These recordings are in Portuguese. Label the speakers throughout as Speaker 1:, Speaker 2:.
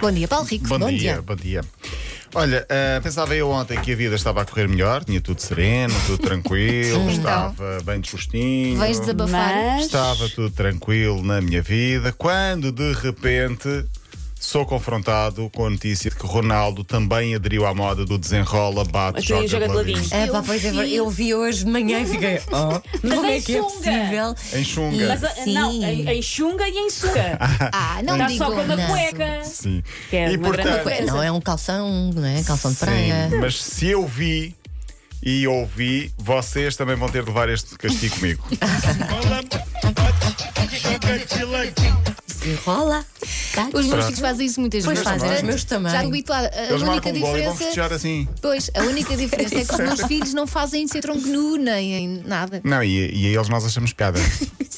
Speaker 1: Bom dia, Paulo Rico.
Speaker 2: Bom, dia, bom dia. Olha, ah, pensava eu ontem que a vida estava a correr melhor, tinha tudo sereno, tudo tranquilo, estava bem dispostinho.
Speaker 1: Vais desabafar.
Speaker 3: Mas
Speaker 2: Estava tudo tranquilo na minha vida quando de repente sou confrontado com a notícia de que Ronaldo também aderiu à moda do desenrola, bate,
Speaker 3: Mas tu
Speaker 2: joga,
Speaker 3: joga de
Speaker 2: ladinho.
Speaker 3: ladinho.
Speaker 1: É, pá, pois é,
Speaker 4: vi.
Speaker 1: eu vi hoje de manhã e fiquei, oh, como
Speaker 4: em
Speaker 1: é que é
Speaker 4: sunga.
Speaker 1: possível?
Speaker 2: Em chunga.
Speaker 3: Mas a-
Speaker 1: Sim.
Speaker 3: não, em, em Xunga e em Sunga.
Speaker 1: Ah,
Speaker 4: Tá
Speaker 1: não
Speaker 3: Está
Speaker 1: digo
Speaker 3: só com uma
Speaker 1: não.
Speaker 3: cueca.
Speaker 2: Sim.
Speaker 3: Que é
Speaker 2: e
Speaker 3: uma grande
Speaker 2: portanto,
Speaker 3: coisa.
Speaker 1: Não, é um calção, não é? Calção de
Speaker 2: Sim,
Speaker 1: praia.
Speaker 2: mas se eu vi e ouvi, vocês também vão ter de levar este castigo comigo.
Speaker 1: Desenrola. Tá?
Speaker 4: Os meus
Speaker 2: Pronto.
Speaker 4: filhos fazem isso muitas
Speaker 1: Pois
Speaker 4: vezes.
Speaker 1: fazem, os
Speaker 4: Portanto,
Speaker 1: meus também.
Speaker 4: Já habituada. A
Speaker 2: Eles
Speaker 4: única
Speaker 2: marcam o gol e vão
Speaker 4: diferença.
Speaker 2: festejar assim.
Speaker 4: Pois, a única diferença é que os meus filhos não fazem ser tronco nu nem em nada.
Speaker 2: Não, e, e a eles nós achamos piada.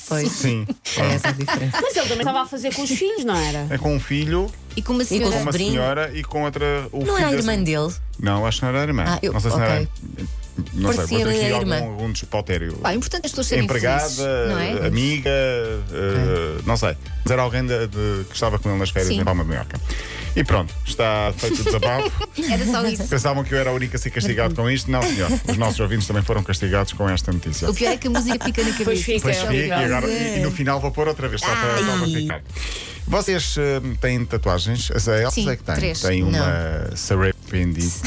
Speaker 1: Pois,
Speaker 2: Sim.
Speaker 1: é essa a diferença.
Speaker 3: Mas ele também estava a fazer com os filhos, não era?
Speaker 2: É com um filho,
Speaker 4: E com uma
Speaker 1: E com
Speaker 2: com
Speaker 4: senhora.
Speaker 2: uma
Speaker 1: Sobrinho.
Speaker 2: senhora e com outra. O
Speaker 1: Não
Speaker 2: filho
Speaker 1: era a
Speaker 2: da
Speaker 1: irmã
Speaker 2: sen-
Speaker 1: dele?
Speaker 2: Não, acho que não era a irmã.
Speaker 1: Ah, eu-
Speaker 2: não sei se não era.
Speaker 1: ok.
Speaker 2: Não sei, vou ter
Speaker 1: Parecia
Speaker 2: aqui
Speaker 1: a irmã.
Speaker 2: algum, algum despautério.
Speaker 4: Pá, é importante as pessoas serem
Speaker 2: Empregada,
Speaker 4: felizes, não é?
Speaker 2: amiga, eh, não sei. Mas era alguém de- de- que estava com ele nas férias
Speaker 4: Sim.
Speaker 2: em Palma de Mallorca. E pronto, está feito o desabafo.
Speaker 4: Era só isso.
Speaker 2: Pensavam que eu era a única a ser castigado com isto? Não, senhor. Os nossos ouvintes também foram castigados com esta notícia.
Speaker 4: O pior é que a música fica na cabeça.
Speaker 3: Pois fica.
Speaker 2: Pois fica, e,
Speaker 3: obrigado.
Speaker 2: agora, e, e no final vou pôr outra vez, só para, só para ficar. Vocês eh, têm tatuagens? A Elsa
Speaker 4: Sim,
Speaker 2: é que tem.
Speaker 4: três.
Speaker 2: Tem uma serapendite.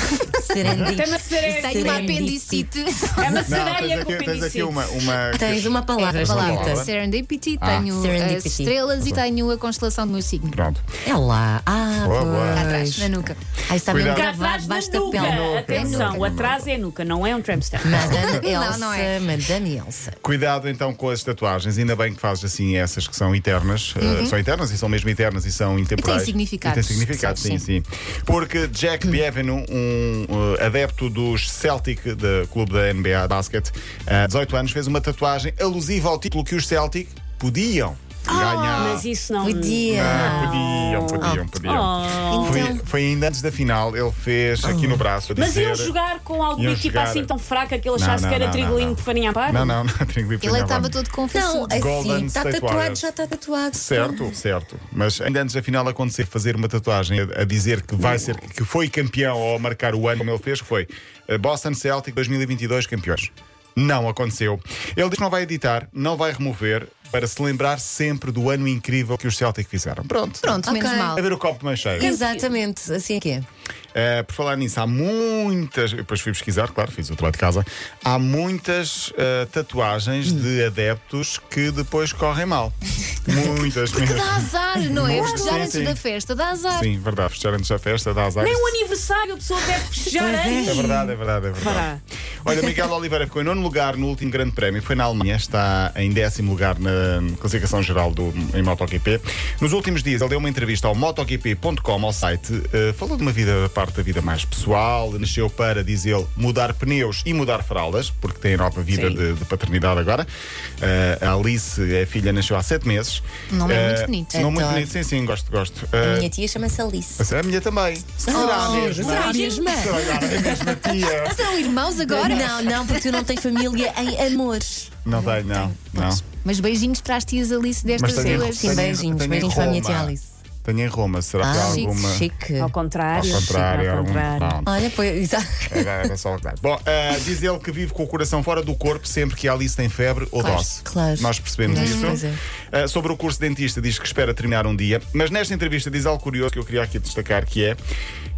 Speaker 1: Serendi.
Speaker 3: Tem uma sereia.
Speaker 4: Tenho uma
Speaker 1: Serendipity.
Speaker 4: apendicite.
Speaker 3: É uma
Speaker 2: tens
Speaker 3: sereia com
Speaker 2: aqui, tens aqui
Speaker 3: apendicite.
Speaker 2: uma. uma
Speaker 1: Tens uma palavra
Speaker 4: É a
Speaker 2: Palavra.
Speaker 4: palavra
Speaker 1: escrita.
Speaker 4: serendipity,
Speaker 2: Ah.
Speaker 4: tenho as
Speaker 1: Serendipity.
Speaker 4: estrelas e tenho a constelação do meu signo.
Speaker 2: Pronto.
Speaker 1: É lá. Ah,
Speaker 2: Boa, boa.
Speaker 1: pois.
Speaker 4: Cá atrás, na nuca.
Speaker 1: Ai, está mesmo
Speaker 2: Cuidado.
Speaker 3: Cá
Speaker 1: gravado,
Speaker 3: atrás da
Speaker 1: basta
Speaker 3: nuca.
Speaker 1: pela.
Speaker 3: Atenção, o atrás é nuca, não é um tramster.
Speaker 1: Madame
Speaker 4: Não,
Speaker 1: Elsa,
Speaker 4: não é.
Speaker 1: Madame Elsa.
Speaker 2: Cuidado então com as tatuagens, ainda bem que fazes assim essas que são eternas, eh, são eternas e são mesmo eternas e são intemporais.
Speaker 4: E têm significados.
Speaker 2: E têm significado, sim, sim. Porque Jack Bievenu, um eh, adepto dos Celtic, do clube da NBA de basquete, eh, há 18 anos, fez uma tatuagem alusiva ao título que os Celtic podiam ganhar.
Speaker 3: Ah, Mas isso não.
Speaker 1: Bom dia.
Speaker 2: Ah, podiam, podiam, podiam.
Speaker 3: Oh.
Speaker 1: Então,
Speaker 2: Foi, foi ainda antes da final, ele fez aqui no braço. a
Speaker 3: Mas
Speaker 2: dizer-
Speaker 3: iam jogar com alguma
Speaker 2: Iam
Speaker 3: equipa
Speaker 2: jogar.
Speaker 3: assim tão fraca que ele
Speaker 2: Não,
Speaker 3: achasse
Speaker 2: não,
Speaker 3: que era
Speaker 2: não, não,
Speaker 3: trigolinho
Speaker 2: não.
Speaker 3: de farinha à par?
Speaker 2: Não, não, não, tranquilo.
Speaker 4: Ele é que estava todo confuso.
Speaker 2: é
Speaker 1: não, assim,
Speaker 2: Golden
Speaker 1: está
Speaker 2: State
Speaker 1: tatuado,
Speaker 2: Warriors.
Speaker 1: já está tatuado.
Speaker 2: Certo, certo. Mas ainda antes da final acontecer, fazer uma tatuagem a, a dizer que vai ser que foi campeão ou a marcar o ano como ele fez, que foi eh, Boston Celtic 2022 campeões. Não aconteceu. Ele diz que não vai editar, não vai remover, para se lembrar sempre do ano incrível que os Celtic fizeram. Pronto.
Speaker 4: Pronto, menos
Speaker 1: Ok.
Speaker 4: mal.
Speaker 2: A ver o copo mais cheio.
Speaker 1: Exatamente, assim é que é.
Speaker 2: Uh, por falar nisso, há muitas. eu Depois fui pesquisar, claro, fiz o trabalho de casa. Há muitas uh, tatuagens de adeptos que depois correm mal. muitas mesmo.
Speaker 4: É Dá azar, não é?
Speaker 2: Muito,
Speaker 4: Festejar
Speaker 2: sim,
Speaker 4: antes
Speaker 2: sim.
Speaker 4: da festa, dá azar.
Speaker 2: Sim, verdade. Festejar antes da festa, dá azar.
Speaker 3: Nem um o aniversário a pessoa deve festejar antes.
Speaker 2: É verdade, é verdade, é verdade.
Speaker 3: Fará.
Speaker 2: Olha, Miguel Oliveira ficou em nono lugar no último grande prémio, foi na Alemanha, está em décimo lugar na classificação geral do, em MotoGP. Nos últimos dias ele deu uma entrevista ao MotoGP.com, ao site, eh, falou de uma vida, da parte da vida mais pessoal, nasceu para, diz ele, mudar pneus e mudar fraldas, porque tem a nova vida
Speaker 3: Sim.
Speaker 2: de, de paternidade agora. Eh, a Alice, a filha, nasceu há sete meses.
Speaker 4: Nome é muito
Speaker 2: Eh,
Speaker 4: bonito.
Speaker 2: Nome muito
Speaker 1: Adoro.
Speaker 2: bonito, sim, sim, gosto, gosto.
Speaker 1: A
Speaker 2: Eh,
Speaker 1: minha tia chama-se Alice.
Speaker 2: é a minha também. Será
Speaker 1: Oh,
Speaker 2: mesmo?
Speaker 1: será
Speaker 4: mesmo?
Speaker 2: Será agora? É mesmo a tia?
Speaker 4: Serão irmãos agora?
Speaker 1: Não, não, porque tu não tens família em amores.
Speaker 2: Não tem, não. não.
Speaker 4: Mas beijinhos para as tias Alice destas
Speaker 2: Mas tenho-
Speaker 4: duas.
Speaker 1: Sim,
Speaker 2: Tenho-
Speaker 1: beijinhos.
Speaker 2: tenho
Speaker 1: beijinhos para a minha
Speaker 2: Roma.
Speaker 1: tia Alice.
Speaker 2: Tenho em Roma, será que há
Speaker 1: Ah,
Speaker 2: alguma.
Speaker 1: chique.
Speaker 3: Ao
Speaker 2: é. Ao
Speaker 3: contrário.
Speaker 2: contrário,
Speaker 3: ao
Speaker 2: era um-
Speaker 3: contrário.
Speaker 2: não,
Speaker 1: Olha, pois. exa-
Speaker 2: era, era é só o contrário. Bom, ah, diz ele que vive com o coração fora do corpo sempre que a Alice tem febre ou
Speaker 1: Claro,
Speaker 2: tosse.
Speaker 1: claro.
Speaker 2: Nós percebemos
Speaker 1: Hum,
Speaker 2: isso.
Speaker 1: pois é.
Speaker 2: Ah, sobre o curso de dentista, diz que espera terminar um dia. Mas nesta entrevista diz algo curioso que eu queria aqui destacar: que é.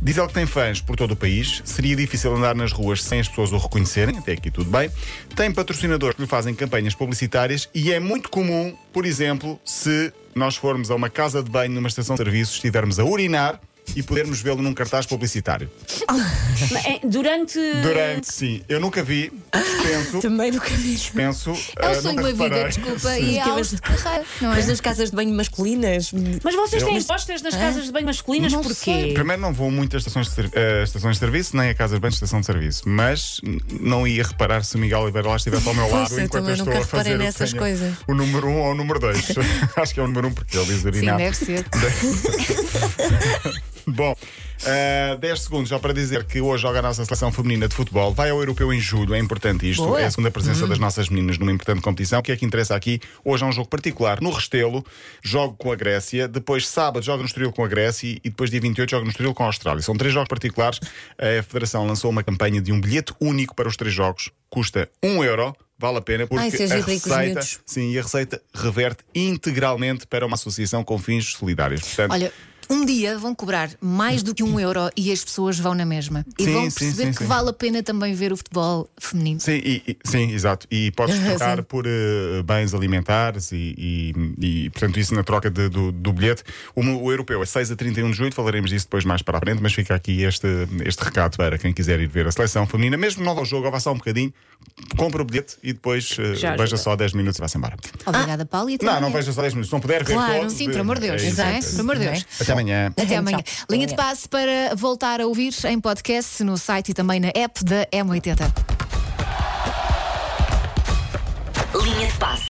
Speaker 2: Diz ele que tem fãs por todo o país, seria difícil andar nas ruas sem as pessoas o reconhecerem, até aqui tudo bem. Tem patrocinadores que lhe fazem campanhas publicitárias e é muito comum, por exemplo, se nós formos a uma casa de banho numa estação de serviço, estivermos a urinar e podermos vê-lo num cartaz publicitário.
Speaker 3: Mas, é, Durante.
Speaker 2: Durante, sim. Eu nunca vi. Dispenso.
Speaker 1: Também no caminho.
Speaker 2: dispenso
Speaker 4: É
Speaker 2: ah,
Speaker 4: o sonho
Speaker 2: nunca
Speaker 4: da vida,
Speaker 2: reparei.
Speaker 4: desculpa, e é
Speaker 1: Sim.
Speaker 4: algo de carreira, não é?
Speaker 1: Mas nas casas de banho masculinas.
Speaker 3: Mas vocês
Speaker 2: Eu-
Speaker 3: têm postas nas casas de banho masculinas
Speaker 2: Não sei.
Speaker 3: porquê?
Speaker 2: Primeiro, não vou muito a estações de, ser- a estações de serviço, nem a casas de banho de estação de serviço. Mas n- não ia reparar se o Miguel Oliveira lá estivesse ao meu
Speaker 1: Pois,
Speaker 2: lado
Speaker 1: eu
Speaker 2: enquanto
Speaker 1: também
Speaker 2: eu estou
Speaker 1: nunca
Speaker 2: a fazer
Speaker 1: reparei
Speaker 2: o que
Speaker 1: nessas
Speaker 2: tenho-
Speaker 1: coisas.
Speaker 2: o número 1 um ou o número 2. Acho que é o número 1 um porque ele diz
Speaker 4: Sim,
Speaker 2: urinar.
Speaker 4: deve ser.
Speaker 2: Bom, Ah, 10 segundos só para dizer que hoje joga a nossa seleção feminina de futebol. Vai ao europeu em julho, é importante isto.
Speaker 1: Boa. Uhum.
Speaker 2: É a segunda presença das nossas meninas numa importante competição. O que é que interessa aqui? Hoje há um jogo particular no Restelo. Jogo com a Grécia. Depois, sábado, jogo no Estoril com a Grécia. E depois, dia 28, jogo no Estoril com a Austrália. São três jogos particulares. A Federação lançou uma campanha de um bilhete único para os três jogos. Custa 1 euro. Vale a pena porque
Speaker 1: Ai, seja
Speaker 2: a
Speaker 1: rico, os
Speaker 2: receita,
Speaker 1: miúdos.
Speaker 2: sim, e a receita reverte integralmente para uma associação com fins solidários. Portanto,
Speaker 4: Olha, um dia vão cobrar mais do que um euro e as pessoas vão na mesma. E
Speaker 2: Sim,
Speaker 4: vão
Speaker 2: sim,
Speaker 4: perceber
Speaker 2: sim,
Speaker 4: que
Speaker 2: sim.
Speaker 4: vale a pena também ver o futebol feminino.
Speaker 2: Sim, e- e- sim, exato. E podes trocar por eh, bens alimentares e, e- e, portanto, isso na troca de- do, do bilhete. O, mu- o europeu é 6 a 31 de julho, falaremos disso depois mais para a frente, mas fica aqui este, este recado para quem quiser ir ver a seleção feminina. Mesmo que não vá ao jogo, ou vá só um bocadinho, compra o bilhete e depois eh,
Speaker 3: Já ajuda.
Speaker 2: veja só 10 minutos e vá-se embora.
Speaker 4: Obrigada, Paulo. E até
Speaker 2: Ah. Não, não
Speaker 4: amanhã.
Speaker 2: veja só 10 minutos. Se não puder ver
Speaker 1: Claro,
Speaker 2: todo,
Speaker 4: Sim,
Speaker 2: vê-
Speaker 4: por amor de Deus.
Speaker 2: é isso,
Speaker 4: não é?
Speaker 2: é
Speaker 4: Por
Speaker 2: isso.
Speaker 4: amor de Deus.
Speaker 2: Até amanhã.
Speaker 4: Até
Speaker 1: Tchau.
Speaker 4: amanhã. Linha de
Speaker 1: Amanhã.
Speaker 4: passe para voltar a ouvir em podcast, no site e também na app da M80.
Speaker 5: Linha de passe.